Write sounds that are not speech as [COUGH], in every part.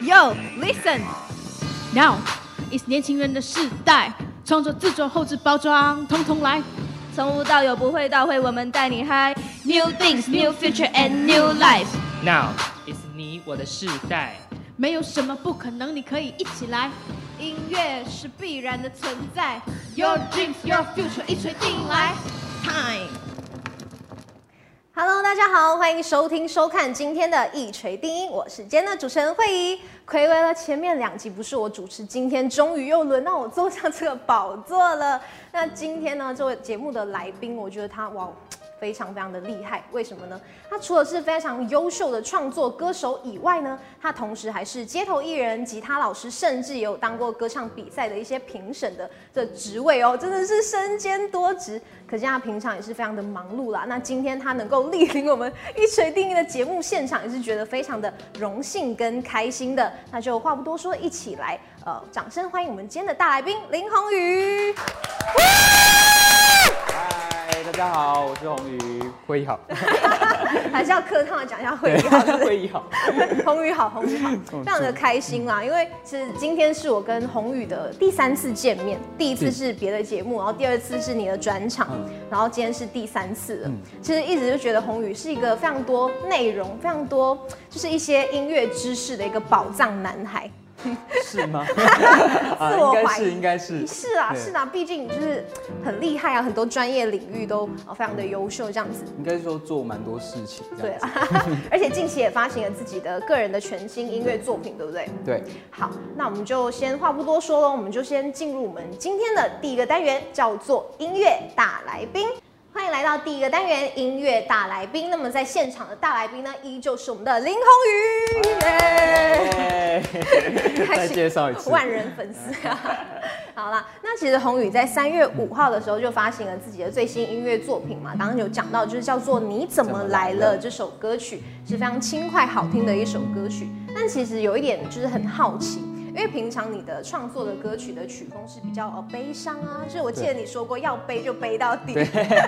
Yo, listen. Now is 年轻人的世代，创作、制作、后置、包装，通通来。从无到有，不会到会，我们带你嗨。New things, new future and new life。 Now is 你我的世代，没有什么不可能，你可以一起来。音乐是必然的存在。 Your dreams, your future，一锤定来。Time。 Hello，大家好，欢迎收听收看今天的《一锤定音》，我是今天的主持人惠仪。暌违了前面两集不是我主持，今天终于又轮到我坐上这个宝座了。那今天呢，这位节目的来宾，我觉得他哇。非常非常的厉害，为什么呢？他除了是非常优秀的创作歌手以外呢，他同时还是街头艺人、吉他老师，甚至也有当过歌唱比赛的一些评审的的职位哦，真的是身兼多职。可见他平常也是非常的忙碌啦。那今天他能够莅临我们一锤定音的节目现场，也是觉得非常的荣幸跟开心的。那就话不多说，一起来呃，掌声欢迎我们今天的大来宾林宏宇。嗨，大家好，我是红宇，会议好，还是要客套的讲一下 [LAUGHS] 会议好了，会议 [LAUGHS] 好，宏宇好，宏宇好，嗯非常的开心啦，因为其实今天是我跟宏宇的第三次见面，第一次是别的节目，然后第二次是你的专场嗯，然后今天是第三次了。其实一直就觉得宏宇是一个非常多内容、非常多就是一些音乐知识的一个宝藏男孩。[LAUGHS] 是吗？啊自我应该怀疑是，应该是，是啊，嗯对是啊，毕竟就是很厉害啊，很多专业领域都呃非常的优秀这样子。应该是说做蛮多事情，这对样子，啊， [LAUGHS] 而且近期也发行了自己的个人的全新音乐作品，对不对？啊对，好，那我们就先话不多说了，我们就先进入我们今天的第一个单元，叫做音乐大来宾。欢迎来到第一个单元音乐大来宾。那么在现场的大来宾呢，依旧是我们的林宏宇，耶！ [LAUGHS] 再介绍一次，万人粉丝啊！ [LAUGHS] 好啦，那其实宏宇在三月五号的时候就发行了自己的最新音乐作品嘛，刚刚有讲到，就是叫做《你怎么来怎么来了》了这首歌曲是非常轻快好听的一首歌曲。但其实有一点就是很好奇，因为平常你的创作的歌曲的曲风是比较呃悲伤啊，就是我记得你说过要悲就悲到底。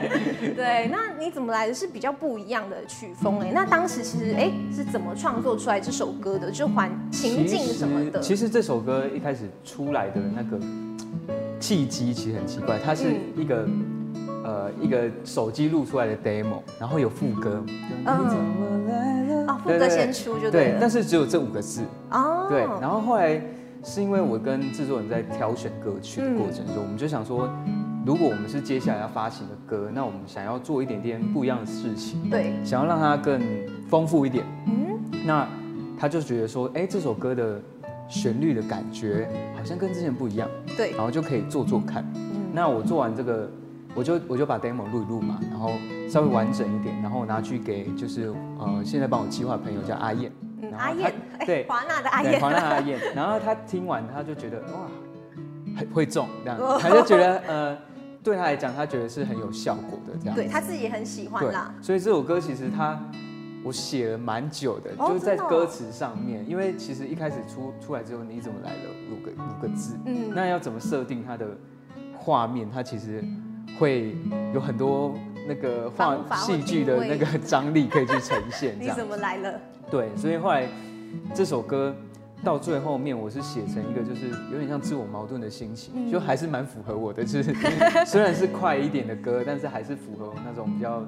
[LAUGHS] 对，那你怎么来的是比较不一样的曲风嗯哎、那当时其实哎、是怎么创作出来这首歌的？就环情境什么的。其实其实这首歌一开始出来的那个契机其实很奇怪，它是嗯一个、呃一个手机录出来的 demo，然后有副歌，嗯，哦，副对歌对先出就对对，但了。是只有这五个字，哦，对，嗯然后后来是因为我跟制作人在挑选歌曲的过程中，我们就想说，如果我们是接下来要发行的歌，那我们想要做一点点不一样的事情，对，想要让它更丰富一点。嗯，那他就觉得说，哎，这首歌的旋律的感觉好像跟之前不一样，对然，后就可以做做看。嗯那我做完这个，我就我就把 demo 录一录嘛，然后稍微完整一点，然后拿去给就是呃现在帮我计划的朋友叫阿燕，嗯，然后阿他燕，哎对华纳的阿对，燕，狂浪 [LAUGHS] 阿燕。然后他听完，他就觉得哇，很会中这样，哦他就觉得呃，对他来讲，他觉得是很有效果的这样。对他自己也很喜欢对啦。所以这首歌其实他我写了蛮久的，哦就是在真的哦歌词上面，因为其实一开始出出来之后，你怎么来了五个五个字，嗯那要怎么设定它的画面，它其实会有很多。那个画方法或戏剧的定那位个张力可以去呈 [LAUGHS] 现，这你样。怎么来了？对，所以后来这首歌到最后面，我是写成一个就是有点像自我矛盾的心情，嗯就还是蛮符合我的，就是 [LAUGHS] 虽然是快一点的歌，但是还是符合我那种比较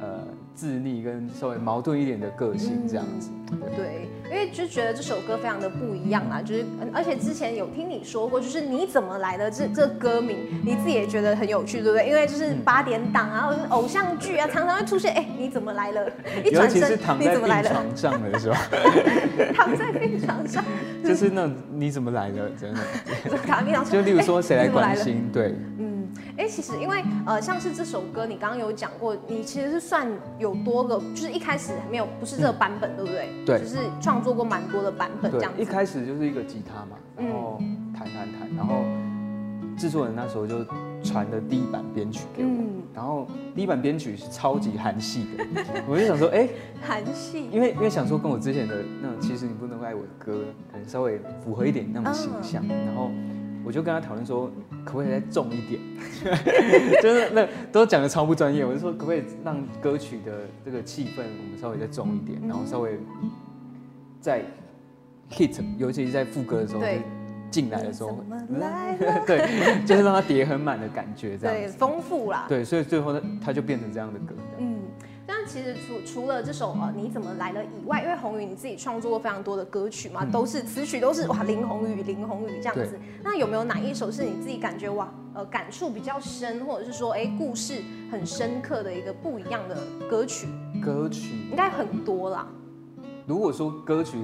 呃自溺跟稍微矛盾一点的个嗯性这样子。对，因为就觉得这首歌非常的不一样啦，就是嗯而且之前有听你说过，就是你怎么来的这这歌名，你自己也觉得很有趣，对不对？因为嗯就是八点档啊，或者是偶像剧啊，常常会出现，哎，你怎么来 [LAUGHS] 了？一尤转其是身躺你在怎么来病了？床上的 [LAUGHS] 时候，躺在病床上，就是那种你怎么来了，真的。躺在病床上，就例如说哎谁来你怎么关了心，对，嗯，哎、其实因为呃，像是这首歌，你刚刚有讲过，你其实是算有多个，就是一开始没有，不是这个版本，对不对？对就是创作过蛮多的版本这样对，一子。嗯开始就是一个吉他嘛，然后弹弹弹，然后制作人那时候就传的第一版编曲给我，嗯然后第一版编曲是超级韩系 [LAUGHS] 的，我就想说，哎、韩系，因为因为想说跟我之前的那种，其实你不能爱我的歌，可能稍微符合一点那种形象，嗯然后我就跟他讨论说，可不可以再重一点， [LAUGHS] 就是那都讲的超不专业，我就说可不可以让歌嗯曲的这个气氛我们稍微再重一点，然后稍微再 hit，尤其是在副歌的时候，对就进来的时候怎么来， [LAUGHS] 对，就是让它叠很满的感觉嗯这对，样子。丰富啦。对，所以最后呢，它就变成这样的歌。嗯，但其实除除了这首呃你怎么来了以外，因为宏宇你自己创作过非常多的歌曲嘛，嗯都是词曲都是哇林宏宇林宏宇这样子对。那有没有哪一首是你自己感觉哇呃感触比较深，或者是说哎故事很深刻的一个不一样的歌曲？歌曲应该很多啦，如果说歌曲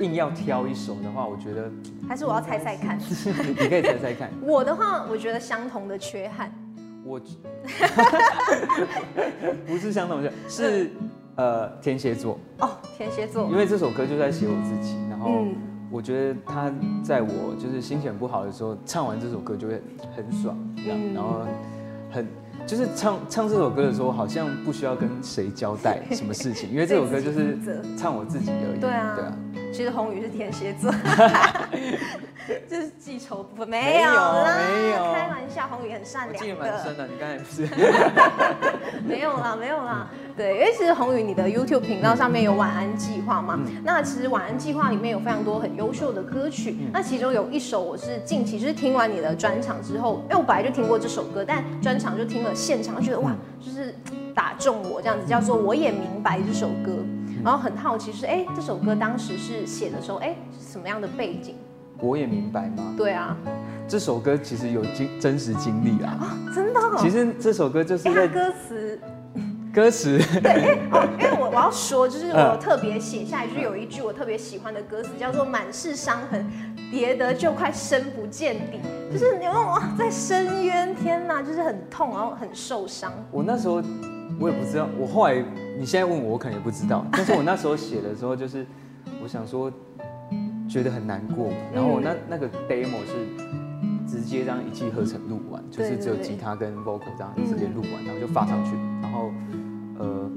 硬要挑一首的话，我觉得 [LAUGHS] 还是我要猜猜看？你可以猜猜看。我的话，我觉得相同的缺憾，我 [LAUGHS] 不是相同的，是呃天蝎座，哦，天蝎座因，为这首歌就在写我自己，然后嗯我觉得他在我就是心情不好的时候，唱完这首歌就会很爽，这样嗯然后很。就是唱唱这首歌的时候，好像不需要跟谁交代什么事情，因为这首歌就是对自己负责唱我自己而已。对啊对啊，其实宏宇是天蝎 [LAUGHS] 座，这是记仇部分，没有有啦，没有开玩笑，宏宇很善我良记得的，蛮深的。你刚才不是？ [LAUGHS] 没有啦，没有啦。对，因为其实宏宇你的 YouTube 频道上面有晚安计划嘛，嗯那其实晚安计划里面有非常多很优秀的歌曲，嗯那其中有一首我是近期就是听完你的专场之后，因为我本来就听过这首歌，但专场就听了现场，觉得嗯哇，就是打中我这样子，叫做我也明白这首歌，嗯然后很好奇是哎这首歌当时是写的时候哎是什么样的背景？我也明白吗？对啊，这首歌其实有经真实经历啊。真的、哦，其实这首歌就是哎它在歌词歌词，哦，因为我我要说，就是我嗯有特别写下来，就是有一句我特别喜欢的歌词，叫做“满是伤痕，跌得就快深不见底”，就是你问我哦在深渊，天哪，就是很痛，然后很受伤。我那时候我也不知道，我后来你现在问我，我可能也不知道。但是我那时候写的时候，就是我想说觉得很难过，然后我嗯那那个 demo 是直接这样一气呵成录完，就对是对只有对嗯吉他跟 vocal 这样直接录完，然后就发上去，然后呃，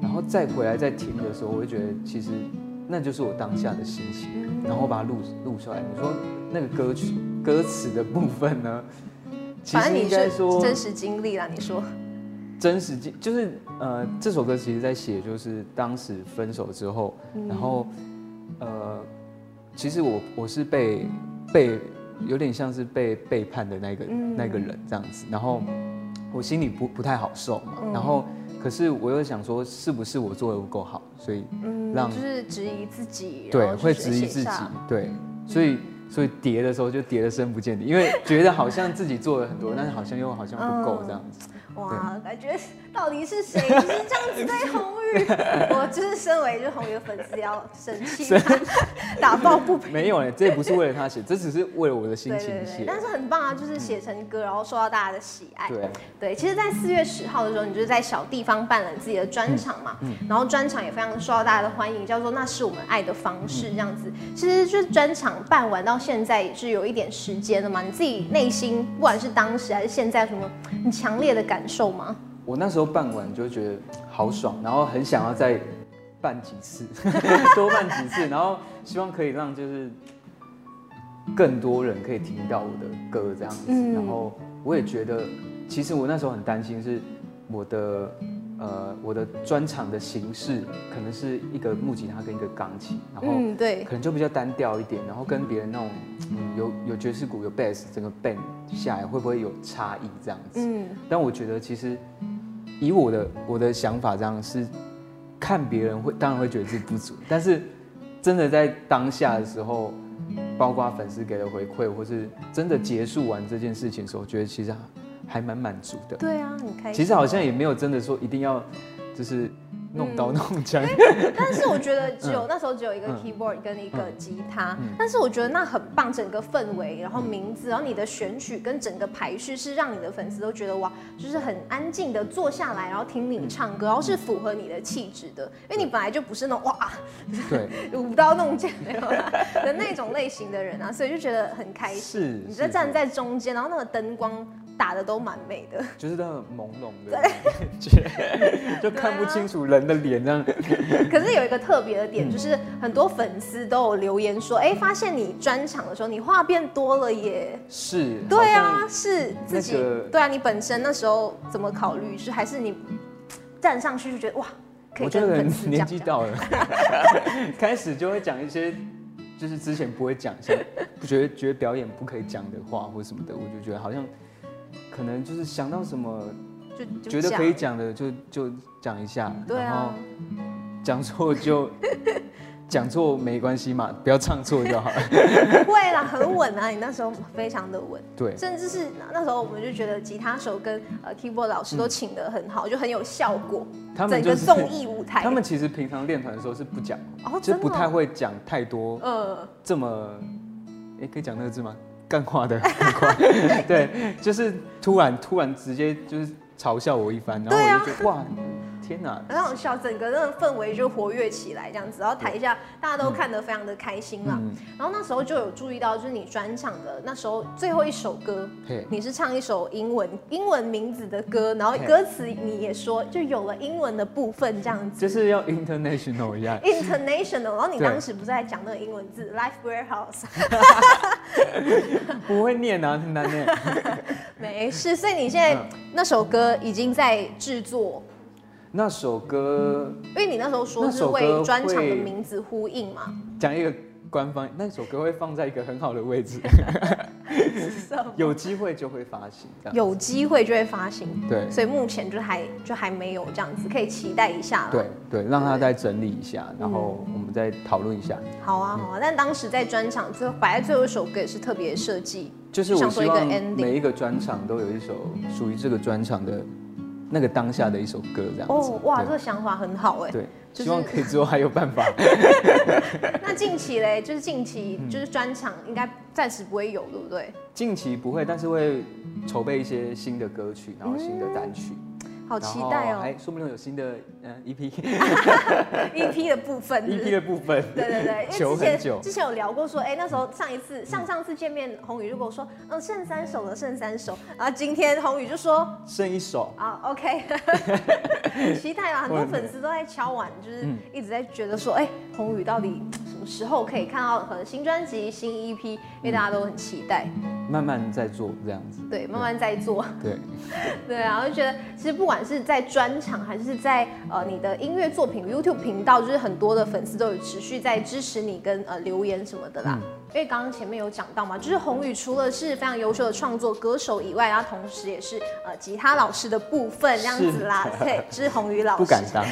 然后再回来再听的时候，我就觉得其实那就是我当下的心情。嗯然后把它录录下来。你说那个歌曲歌词的部分呢？其反实正应你该是说真实经历啦，你说真实经，就是呃，这首歌其实在写就是当时分手之后，嗯然后呃，其实我我是被被有点像是被背叛的那个、嗯那个人这样子，然后我心里不不太好受嘛，嗯然后可是我又想说是不是我做的不够好，所以让就是质疑自己，嗯然对，后就会写质疑自写己下，嗯对，所以所以叠的时候就叠的深不见底，因为觉得好像自己做了很多，但是好像又好像不嗯够这样子。哇，感觉到底是 [LAUGHS] 谁就是这样子对宏宇？我就是身为就是宏宇的粉丝，要生气， [LAUGHS] 打抱不平。 [LAUGHS] 没有哎，这也不是为了他写，这只是为了我的心对情对对，哎写。但是很棒啊，就是写成歌，然后受到大家的喜爱。对，对，其实，在四月十号的时候，你就是在小地方办了自己的嗯专场嘛，然后专场也非常受到大家的欢迎，叫做“那是我们爱的方式”嗯这样子。其实，就是专场办完到现在也是有一点时间了嘛，你自己内心不管是当时还是现在，有什么很强烈的感受吗？我那时候办完就觉得好爽，然后很想要再办几次， [LAUGHS] 多办几次，然后希望可以让就是更多人可以听到我的歌这样子。嗯然后我也觉得，其实我那时候很担心是我的。呃，我的专场的形式可能是一个木吉他跟一个钢琴，然后嗯，对，哦可能就比较单调一点，然后跟别人那种、嗯、有有爵士鼓、有 bass 整个 band 下来会不会有差异这样子？嗯，但我觉得其实以我的我的想法这样是，看别人会当然会觉得自己不足，但是真的在当下的时候，包括粉丝给的回馈，或是真的结束完这件事情的时候，我觉得其实还还蛮满足的。对啊，很开心。其实好像也没有真的说一定要就是弄嗯刀弄 [LAUGHS] 枪，但是我觉得只嗯有、那时候只有一个 keyboard 跟一个吉他，但是我觉得那很棒，整个氛围，然后名嗯字，然后你的选曲跟整个排序是让你的粉丝都觉得哇，就是很安静的坐下来，然后听你唱歌，然后是符合你的气质的，嗯因为你本来就不是那种哇对，舞刀弄剑没有啦的那种类型的人啊，所以就觉得很开心。是你在在站在中间，然后那个灯光打的都蛮美的。就是那种朦胧的感觉，就看不清楚人的脸这样。可是有一个特别的嗯点，就是很多粉丝都有留言说，哎、发现你专场的时候，你话变多了耶。是，对啊好，像，是自己、那个对啊，你本身那时候怎么考虑？是还是你站上去就觉得哇，可以我觉跟得 [LAUGHS] 粉丝年讲纪讲。到了，开始就会讲一些就是之前不会讲，像不觉得觉得表演不可以讲的话或什么的，我就觉得好像可能就是想到什么就就觉得可以讲的就就讲一下，对然后啊，讲错就讲错没关系嘛，不要唱错就好了。不会啦，很稳啊，你那时候非常的稳。对，甚至是那那时候我们就觉得吉他手跟呃 keyboard 老师都请得很好，就很有效果。嗯他整们就个是综艺舞台，他们其实平常练团的时候是不讲，哦就真的不太哦会讲太多呃这么，嗯哎，可以讲那个字吗？干话的 [LAUGHS] 干 [LAUGHS] 话，对，就是突然突然直接就是嘲笑我一番，然后啊我就觉得、哇，天哪！很好笑，整个那个氛围就活跃起来这样子，然后台下大家都看得非常的开心啦。嗯，然后那时候就有注意到，就是你专场的那时候最后一首歌，嘿，你是唱一首英文英文名字的歌，然后嘿歌词你也说就有了英文的部分这样子。就是要 [LAUGHS] international 一样， international，然后你对当时不是在讲那个英文 [LAUGHS] 字 life warehouse， [LAUGHS] 不会念啊，很难念。没事，所以你现嗯在那首歌已经在制作，那首歌因为你那时候说那是首歌为专场的会名字呼应嘛，讲一个官方，那首歌会放在一个很好 [LAUGHS] 的位置，嗯有机会就会发行。这样有机会就会发行，对所以目前就还就还没有这样子，可以期待一下啦。对对，让他再整理一下，然后我们再讨论一下。好嗯啊好啊，但当时在专场最后摆在最后一首歌也是特别设计，就是我想做一希个望 ending 每一个专场都有一首属于这个专场的那个当下的一首歌，这样子。哦哇，这对个想法很好哎。对，就是希望可以之后还有办法。那近期嘞，就是近期嗯就是专场应该暂时不会有，对不对？近期不会，但是会筹备一些新的歌曲，然后新的单曲，嗯好然期后待哦还说不定有新的嗯 [LAUGHS] EP ，EP ，E 的部分是不 [LAUGHS] EP 是 E 的部分。对对对，因求为之很前久。嗯之前有聊过说，哎、那时候上一次上上次见面，宏宇就跟我说，嗯，剩三首了，剩三首。然后今天宏宇就说，剩一首，啊，OK，期待啊，很多粉丝都在敲碗，就是嗯一直在觉得说，哎、宏宇到底什么时候可以看到可能新专辑、新 EP？因为大家都很期待，慢慢在做这样子。对，慢慢在做。对，对啊，我就觉得其实不管是在专场还是在呃你的音乐作品 YouTube 频道，就是很多的粉丝都有持续在支持你跟呃留言什么的嗯啦。因为刚刚前面有讲到嘛，就是宏宇除了是非常优秀的创作歌手以外，然后同时也是呃吉他老师的部分这样子啦，是 [LAUGHS] 对，就是宏宇老师。不敢 [LAUGHS] 当。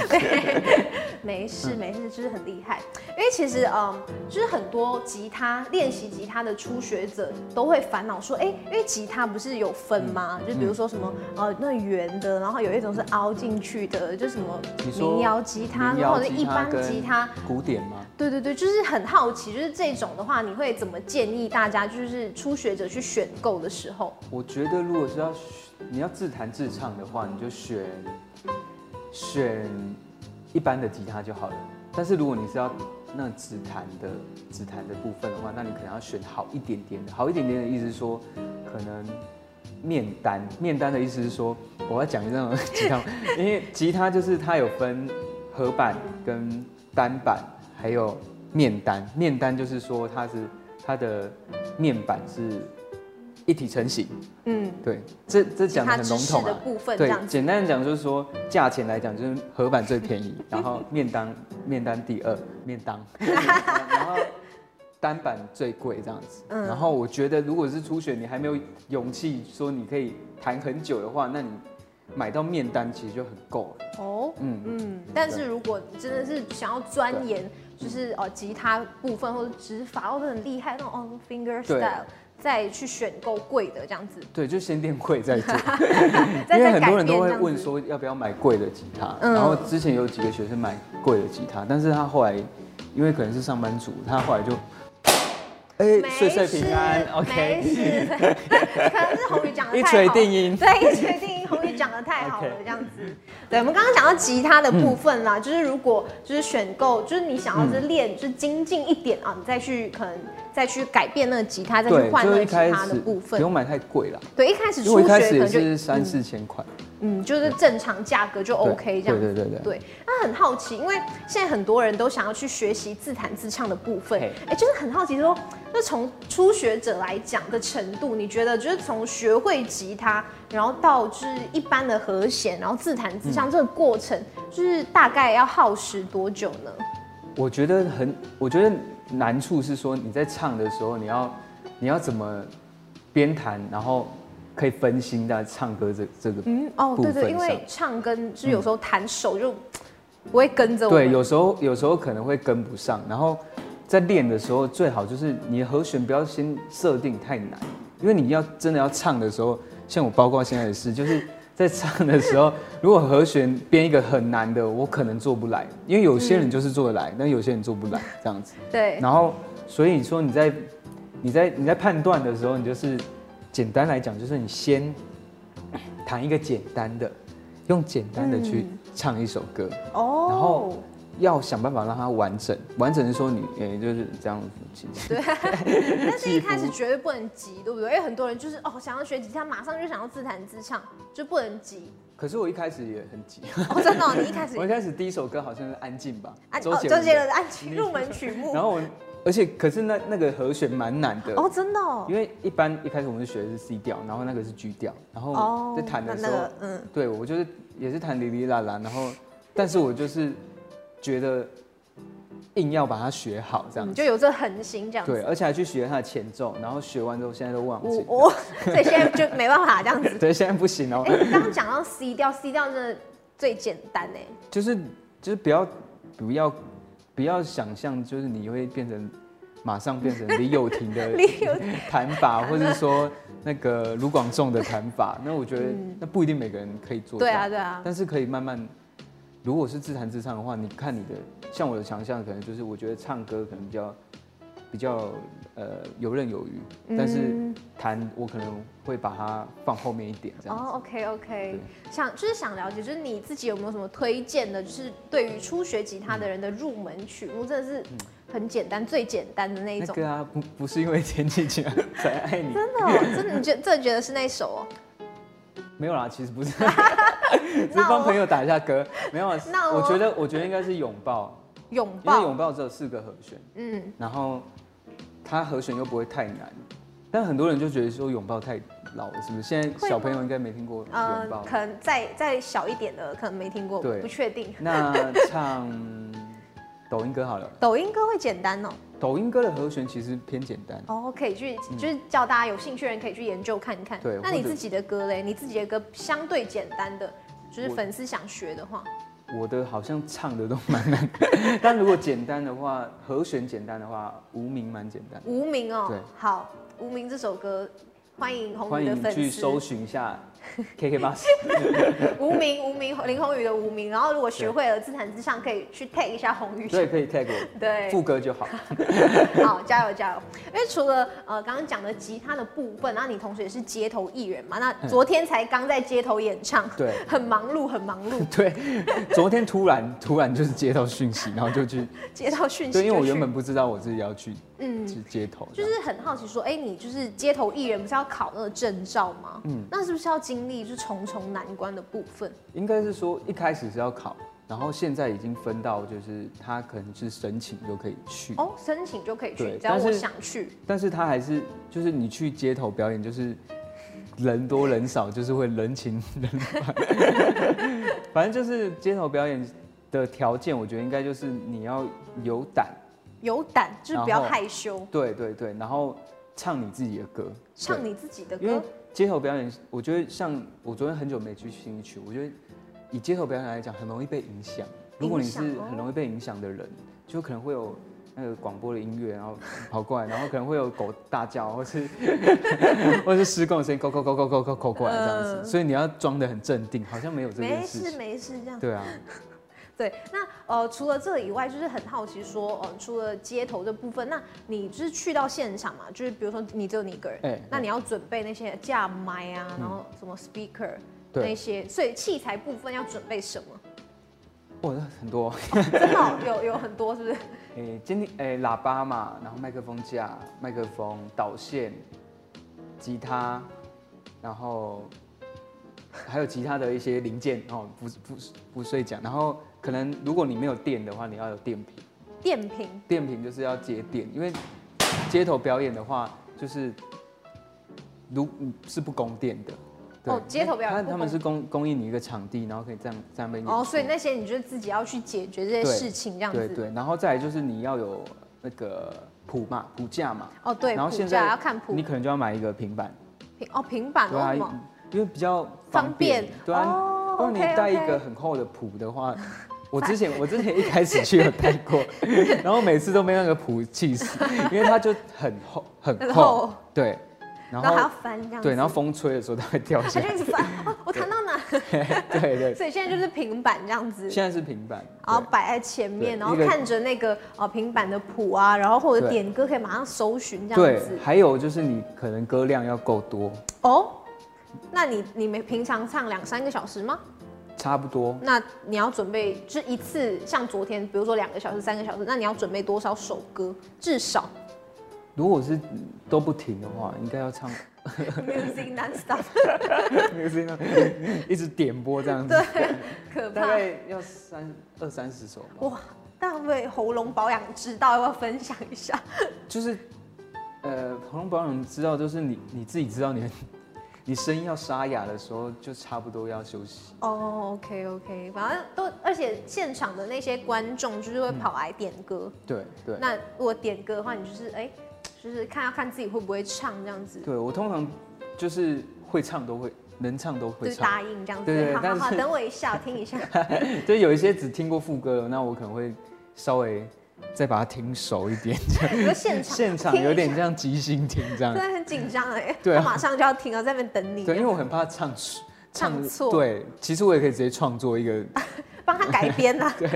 没嗯事没事，就是很厉害。因为其实嗯，就是很多吉他练习吉他的初学者都会烦恼说，哎、因为吉他不是有分吗？嗯就比如说什么呃那圆的，然后有一种是凹进去的，就什么你说民谣吉他，民然谣后或者一般跟吉他。古典吗？对对对，就是很好奇，就是这种的话，你会怎么建议大家，就是初学者去选购的时候？我觉得如果是要选你要自弹自唱的话，你就选选一般的吉他就好了。但是如果你是要那指弹的指弹的部分的话，那你可能要选好一点点的。好一点点的意思是说，可能面单面单的意思是说，我要讲一种吉他，因为吉他就是它有分合板跟单板，还有面单。面单就是说它是它的面板是一体成型，嗯，对，这这讲的它很知笼识统的啊。部分这对样，子。简单的讲就是说，价钱来讲就是合板最 [LAUGHS] 便宜，然后面单面单第二，面当，然后单板最贵这样子。嗯然后我觉得，如果是初选，你还没有勇气说你可以弹很久的话，那你买到面单其实就很够了。哦，嗯，嗯，但是如果你真的是想要钻研，就是呃吉他部分或者指法，或者很厉害那种哦 finger 对 style，再去选购贵的这样子，对，就先练贵再 [LAUGHS] 做。再因为再很改变多人这都样会子。问说要不要买贵的吉他，嗯然后之前有几个学生买贵的吉他，但是他后来因为可能是上班族，他后 [LAUGHS] 来就，哎、没事，岁岁平安没，OK， [LAUGHS] 事，可能是红宇讲的一锤定音对，一锤定音，红宇讲的太好了 OK 嗯这样 [LAUGHS] 子。对，我们刚刚讲到吉他的部分啦，就是如果就是选购，就是你想要就是练，就是精进一点啊，你再去可能再去改变那个吉他，再去对，换那就个一吉开他的始部不分用。买太贵啦，对，一开始因为我初一学开始可也能就是三四千块嗯，就是正常价格就对 OK 这样子。对对对对对，那很好奇，因为现在很多人都想要去学习自弹自唱的部分，哎嘿、就是很好奇说，那从初学者来讲的程度，你觉得就是从学会吉他，然后到就是一般的嗯和弦，然后自弹自唱这个过程，就是大概要耗时多久呢？我觉得很，我觉得难处是说你在唱的时候，你要你要怎么边弹，然后可以分心在唱歌这这个嗯，哦，部对分对，上。因为唱跟就是有时候弹手就不会跟着我们。对，有时候有时候可能会跟不上，然后在练的时候最好就是你的和弦不要先设定太难，因为你要真的要唱的时候，像我包括现在也是，就是在唱的时候，如果和弦编一个很难的，我可能做不来，因为有些人就是做得来，但有些人做不来这样子。对，然后所以说你在你在你在判断的时候，你就是简单来讲，就是你先弹一个简单的，用简单的去唱一首歌。哦，然后要想办法让它完整，完整是说你，呃、就是这样子。对，但是一开始起伏绝对不能急，对不对？因为很多人就是哦，想要学吉他，马上就想要自弹自唱，就不能急。可是我一开始也很 [LAUGHS] 急，哦，真的哦、你一开始 [LAUGHS] 我一开始第一首歌好像是《安静》吧，按周哦，杰周伦杰的伦的按曲入门曲 [LAUGHS] 目然后我，而且可是那那个和弦蛮难的，哦，真的哦因为一般一开始我们是学的是 C 调，然后那个是 G 调，然哦后，在弹的时那那候，个嗯，对我就是也是弹哩哩啦啦，然后，但是我就是觉得硬要把它学好这样你子。就有这恒心这样对，啊子。而且还去学它的前奏，然后学完之后现在都忘记。 [LAUGHS] 我我，所以现在就没办法这样子。对，现在不行哦、哎、刚刚讲到 C 调，C 调真的最简单哎，就是就是不要不要不要想象，就是你会变成马上变成李友廷的 [LAUGHS] 李友 [LAUGHS] 弹法，或者说那个卢广仲的弹法。那我觉得那不一定每个人可以做嗯到。对啊对啊但是可以慢慢，如果是自弹自唱的话，你看你的，像我的强项可能就是我觉得唱歌可能比较比较呃游刃有余，嗯但是弹我可能会把它放后面一点这样子。哦，OK OK，想就是想了解，就是你自己有没有什么推荐的，就是对于初学吉他的人的入门曲目，真的是很简单，最简单的那一嗯那种。个啊，不不是因为天气 [LAUGHS] 晴才爱你，真的、 [LAUGHS] 哦，真的，你觉真的觉得是那一首哦？没有啦，其实 [LAUGHS] 不是，只是帮朋友打一下歌。没有啊，那我我觉得我觉得应该是拥抱，拥因为抱，拥抱只有四个和弦，嗯，然后它和弦又不会太难。但很多人就觉得说拥抱太老了，是不是？现在小朋友应该没听过呃拥抱，。可能再再小一点的，可能没听过，对不确定。那唱抖音歌好了，抖音歌会简单哦，抖音歌的和弦其实偏简单。哦，可以去，就是叫大家有兴趣的人可以去研究看看。嗯对那你或者自己的歌嘞？你自己的歌相对简单的，就是我粉丝想学的话，我的好像唱的都蛮难 [LAUGHS] 的，但如果简单的话，和弦简单的话，无名蛮简单的。无名哦对，好，无名这首歌，欢迎红欢宇的迎粉去丝，搜寻一下 KK 八十。无名无名林宏宇的无名，然后如果学会了自弹自唱，可以去 tag 一下宏宇，对，可以 tag 我，对副歌就好。 [LAUGHS] 好，加油加油！因为除了呃刚刚讲的吉他的部分，然后你同时也是街头艺人嘛，那昨天才刚在街头演唱，嗯对很忙碌，很忙 [LAUGHS] 碌，对，昨天突然突然就是接到讯息，然后 [LAUGHS] 就去，接到讯息就对，去，因为我原本不知道我自己要去嗯去街头，就是很好奇说，哎、你就是街头艺人，不是要考那个证照吗？嗯，那是不是要经历就是重重难关的部分？应该是说一开始是要考，然后现在已经分到就是他可能是申请就可以去，哦，申请就可以去，对只要我但是想去，但是他还是就是你去街头表演就是。人多人少，就是会人情 [LAUGHS] 人烦。反正就是街头表演的条件，我觉得应该就是你要有胆，有胆，就是不然要后害羞，对对对，然后唱你自己的歌，唱对你自己的因为歌。街头表演，我觉得像我昨天很久没去新一区，我觉得以街头表演来讲，很容易被影响。如果你是影响哦很容易被影响的人，就可能会有那个广播的音乐，然后跑过来，然后可能会有狗大叫，或是或是施工的声音，狗狗狗狗狗狗狗过来这样嗯子。所以你要装的很镇定，好像没有这没件事事情。没事，这样对啊，对。那呃，除了这个以外，就是很好奇说，呃，除了街头的部分，那你就是去到现场嘛？就是比如说你只有你一个人，哎嗯那你要准备那些架麦啊，然后什么 speaker 对那些，所以器材部分要准备什么？ [LAUGHS] 哇，那很多。真的哦、有有很多是不是？诶，监听诶，喇叭嘛，然后麦克风架、麦克风导线、吉他，然后还有其他的一些零件哦，不不不碎讲。然后可能如果你没有电的话，你要有电瓶，电瓶电瓶就是要接电，因为街头表演的话，就是如是不供电的，对哦街头表演他不他公们是供供应你一个场地，然后可以这样这样被演哦，所以出那些你就是自己要去解决这些嗯对事情，这样子。对对，然后再来就是你要有那个谱嘛，谱架嘛。哦，对，然后谱现架在要看谱你，可能就要买一个平板，平哦平板对哦啊什么，，因为比较方便对啊。哦如果你 OK，OK 带一个很厚的谱 [LAUGHS] 的话，我之前我之前一开始去有带过，然后每次都被那个谱气死，因为它就很厚很很厚厚，对，然然后还要后翻这样子。对，然后风吹的时候它会掉 [LAUGHS] 他下就来一，直翻，哦，我弹到哪？ [LAUGHS] 对 [LAUGHS] 对。所以现在就是平板这样子。现在是平板，然后对摆在前面，对然后一个看着那个呃平板的谱啊，然后或者对点歌可以马上搜寻这样对子，。还有就是你可能歌量要够多，哦，那你你们平常唱两三个小时吗？差不多那你要准备这一次，像昨天，比如说两个小时、三个小时，那你要准备多少首歌？至少 [LAUGHS] 如果是都不停的话，应该要 [LAUGHS] 唱 music non stop，那个声音，一直点播这样子，可大怕。概要三二三十首吧。哇，那会不会喉咙保养之道要不要分享一下？就是呃，喉咙保养知道，就是你你自己知道你的 [LAUGHS] 你声音要沙哑的时候，就差不多要休息。哦、o k OK，反正都，而且现场的那些观众就是会跑来点歌。对对那如果点歌的话，你就是哎、就是看要看自己会不会唱这样子，对，我通常就是会唱都会，能唱都就会是唱。答应这样子。对对好好但好，是等我一下，我听一下。 [LAUGHS] 就有一些只听过副歌的，那我可能会稍微再把它听熟一点，这样你说现场， [LAUGHS] 现场听一有点下像即兴听这样真。的很紧张哎，对啊我马上就要听了，在那边等你，对，因为我很怕唱错唱错对，其实我也可以直接创作一个， [LAUGHS] 帮他改编啦。对，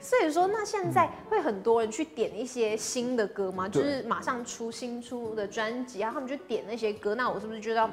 所以说，那现在会很多人去点一些新的歌吗？就对是马上出新出的专辑啊，他们就点那些歌，那我是不是就要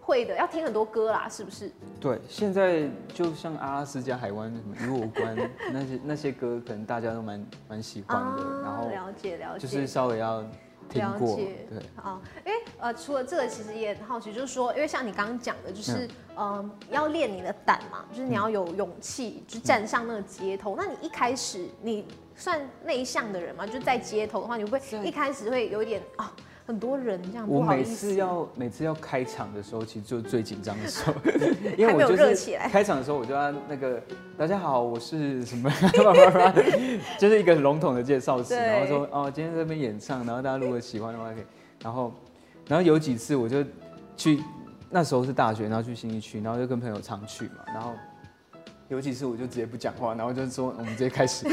会的，要听很多歌啦？是不是？对。现在就像阿拉斯加海湾什么与我无关那些那些歌，可能大家都蛮蛮喜欢的，然后哦啊了解了解，就是稍微要听了过，解对。啊，因为呃，除了这个，其实也很好奇，就是说，因为像你刚刚讲的，就是嗯、呃要练你的胆嘛，就是你要有勇气，就站上那个街嗯头。那你一开始你算内向的人嘛，就是在街头的话，你会不会一开始会有一点啊、很多人这样，我不好每意次思，要每次要开场的时候，其实就是最紧张的时候， [LAUGHS] 因为还没我有就热是起来开场的时候我就要那个大家好，我是什么， [LAUGHS] 叭叭叭叭就是一个笼统的介绍词，对然后说哦今天在这边演唱，然后大家如果喜欢的话可以，然后然后有几次我就去那时候是大学，然后去新一区，然后就跟朋友常去嘛，然后。有几次我就直接不讲话，然后就是说我们直接 [LAUGHS] 开始，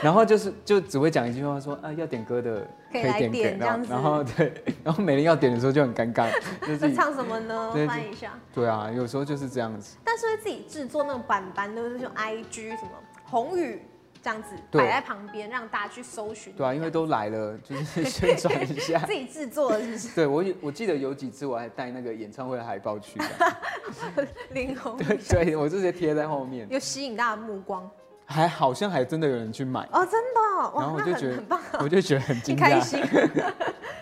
然后就是就只会讲一句话说啊要点歌的可以来点这样然后子然后哦对，然后每人要点的时候就很 [LAUGHS] 尴尬，就自那己唱什么呢对？翻就一下，对啊，有时候就是这样子，但是会自己制作那种板板，就是用 IG 什么宏宇这样子嗯对摆在旁边，让大家去搜寻。对啊，因为都来了，就是宣传 [LAUGHS] 一下自。己制作的，是不是？对我有我记得有几次我还带那个演唱会的海报去的， [LAUGHS] 林 [LAUGHS] 宏宇对对，我就直接贴在后面，有吸引大家的目光。还好像还真的有人去买，哦，真的哦、然哇，后我那就觉很得很棒，我就觉得很很惊开讶。 [LAUGHS] 心，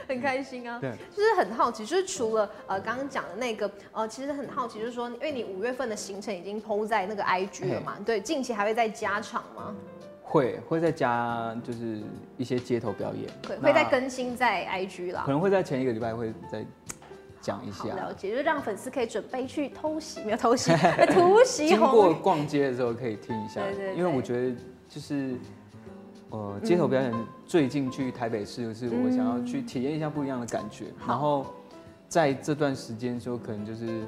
很开心啊。对就是很好奇，就是除了呃刚刚讲的那个呃，其实很好奇，就是说，因为你五月份的行程已经 PO 在那个 IG 了嘛，对，近期还会再加场吗？会会在家就是一些街头表演，会那会再更新在 IG 啦可。能会在前一个礼拜会再讲一好下。了解，就让粉丝可以准备去偷袭，没有偷 [LAUGHS] 袭，哎突袭经过红。逛街的时候可以听一下，对对对嗯因为我觉得就是呃街头表演，最近去台北市就是我想要去体验一下不一样的感觉，好然后在这段时间就可能就是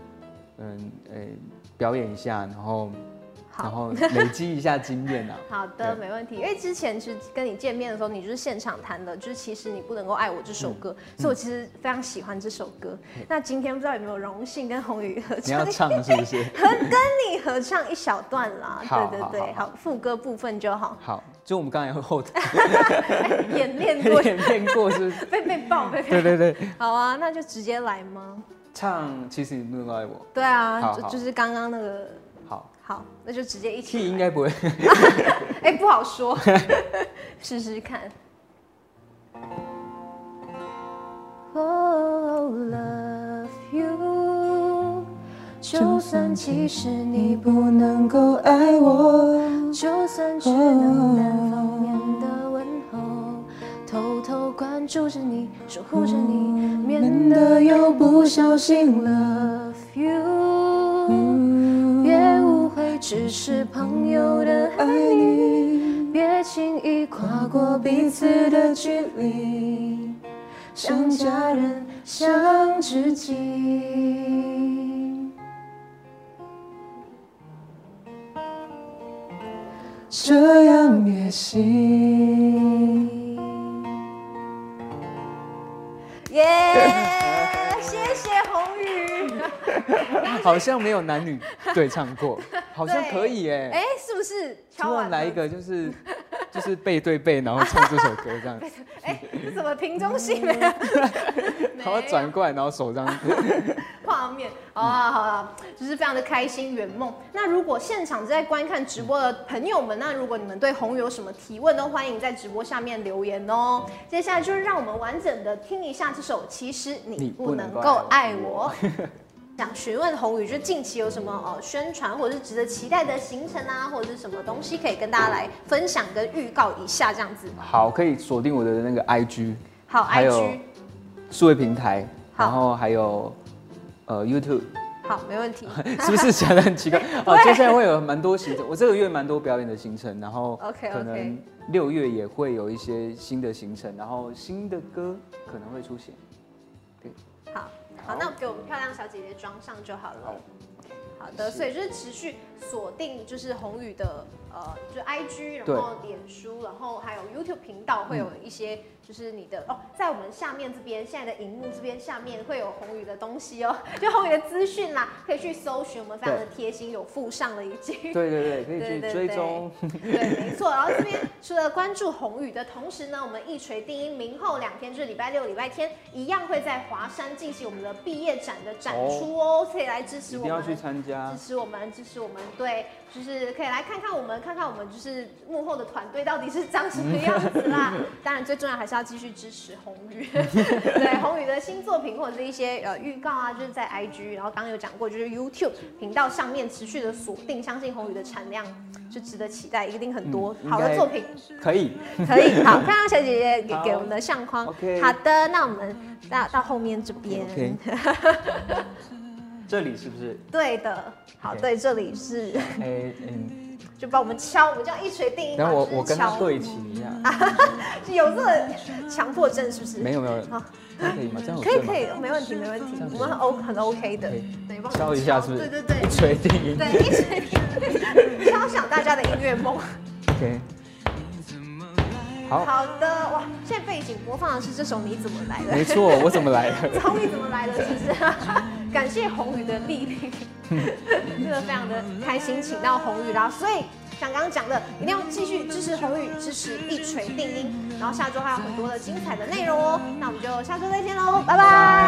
嗯诶、表演一下，然后好。。然后累积一下经验啊 [LAUGHS] 好的，对没问题。因为之前其实跟你见面的时候，你就是现场弹的，就是其实你不能够爱我这嗯首歌，所以我其实非常喜欢这首歌。那今天不知道有没有荣幸跟宏宇合你要唱，唱了是不是？跟你合唱一小段啦。好对好对对，好。好，副歌部分就好好，就我们刚才 [LAUGHS] 后台演练过， [LAUGHS] 演练过是 [LAUGHS] 不是？被被爆，被对被。对对，好啊，那就直接来吗？唱其实你没有爱我，对啊，好就好就是刚刚那个。好好，那就直接一 T 起应来。该不会。 [LAUGHS] 哎、不好说，试试看。 Oh, love you。就算其实你不能够爱我，就算只能单方面的问候，偷偷关注着你，守护着你，免得又不小心嗯 love you。 you，别误会，只是朋友的爱你，别轻易跨过彼此的距离，像家人，像知己。这样也行。耶、谢谢宏 [LAUGHS] 宇。好像没有 [LAUGHS] 男女对唱过，好像可以耶。哎，是不是？敲突完然来一了。个就是就是背对背，然后唱这首歌这 [LAUGHS] 样，哎，这怎么瓶中信呢？然后转过来，然后手这样。画面。好啊，好啊，就是非常的开心圆梦。那如果现场在观看直播的朋友们，那如果你们对红宇有什么提问，都欢迎在直播下面留言哦。接下来就是让我们完整的听一下这首《其实你不能够爱我》。嗯 [LAUGHS] 想询问宏宇，就近期有什么呃宣传或者是值得期待的行程啊，或者是什么东西可以跟大家来分享跟预告一下这样子？好，可以锁定我的那个 IG 好还有，IG 数位平台，好然后还有呃 YouTube， [LAUGHS] 好，没问题。是不是讲的很奇怪？哦，接下来会有蛮多行程，我这个月蛮多表演的行程，然后 OK，OK 可能六月也会有一些新的行程，然后新的歌可能会出现。好， [LAUGHS] 好，那给我们漂亮小姐姐装上就好了。好的，所以就是持续锁定就是宏宇的呃，就 IG，对然后脸书，然后还有 YouTube 频道会有一些就是你的、哦，在我们下面这边现在的荧幕这边下面会有宏宇的东西哦， [LAUGHS] 就宏宇的资讯啦，可以去搜寻，我们非常的贴心，有附上了已经。对对对，可对以对去追对踪。 [LAUGHS] 对，没错。然后这边除了关注宏宇的同时呢，我们一锤定音明后两天，就是礼拜六、礼拜天，一样会在华山进行我们的毕业展的展出哦，可以来支持一我定们要。去参加支。持我们，支持我们，对，就是可以来看看我们，看看我们就是幕后的团队到底是长什么样子 [LAUGHS] 啦。当然，最重要还是要继续支持宏宇， [LAUGHS] 对宏宇的新作品或者是一些呃预告啊，就是在 IG，然后刚刚有讲过，就是 YouTube 频道上面持续的锁定，相信宏宇的产量就值得期待，一定很多嗯好的应该作品。可以，可以，好，漂亮小姐姐给好给我们的相框。 OK 好的，那我们到到后面这边。 OK 这里是不是？ [LAUGHS] 对的，好 OK 对，这里是。哎、嗯，就把我们敲，我们叫一锤定音然嘛，后我就是我跟他敲对齐一下，哎是有这个强迫症是不是？没有没有，好这样可以吗？这样有可以对吗可以，没问题没问题这样，子我们很 O 很 OK 的可以，对，帮我们敲一下是不是？对对对锤定音。对，一锤定 [LAUGHS] 音，敲响大家的音乐梦。 OK。好，好的，哇，现在背景播放的是这首《你怎么来的 [LAUGHS] 没》，错，我怎么来的？从你怎么来的，是 [LAUGHS] 不是？感谢宏宇的莅临， [LAUGHS] 真的非常的开心，请到宏宇啦。所以像刚刚讲的，一定要继续支持宏宇，支持一锤定音。然后下周还有很多的精彩的内容哦。那我们就下周再见喽，拜拜。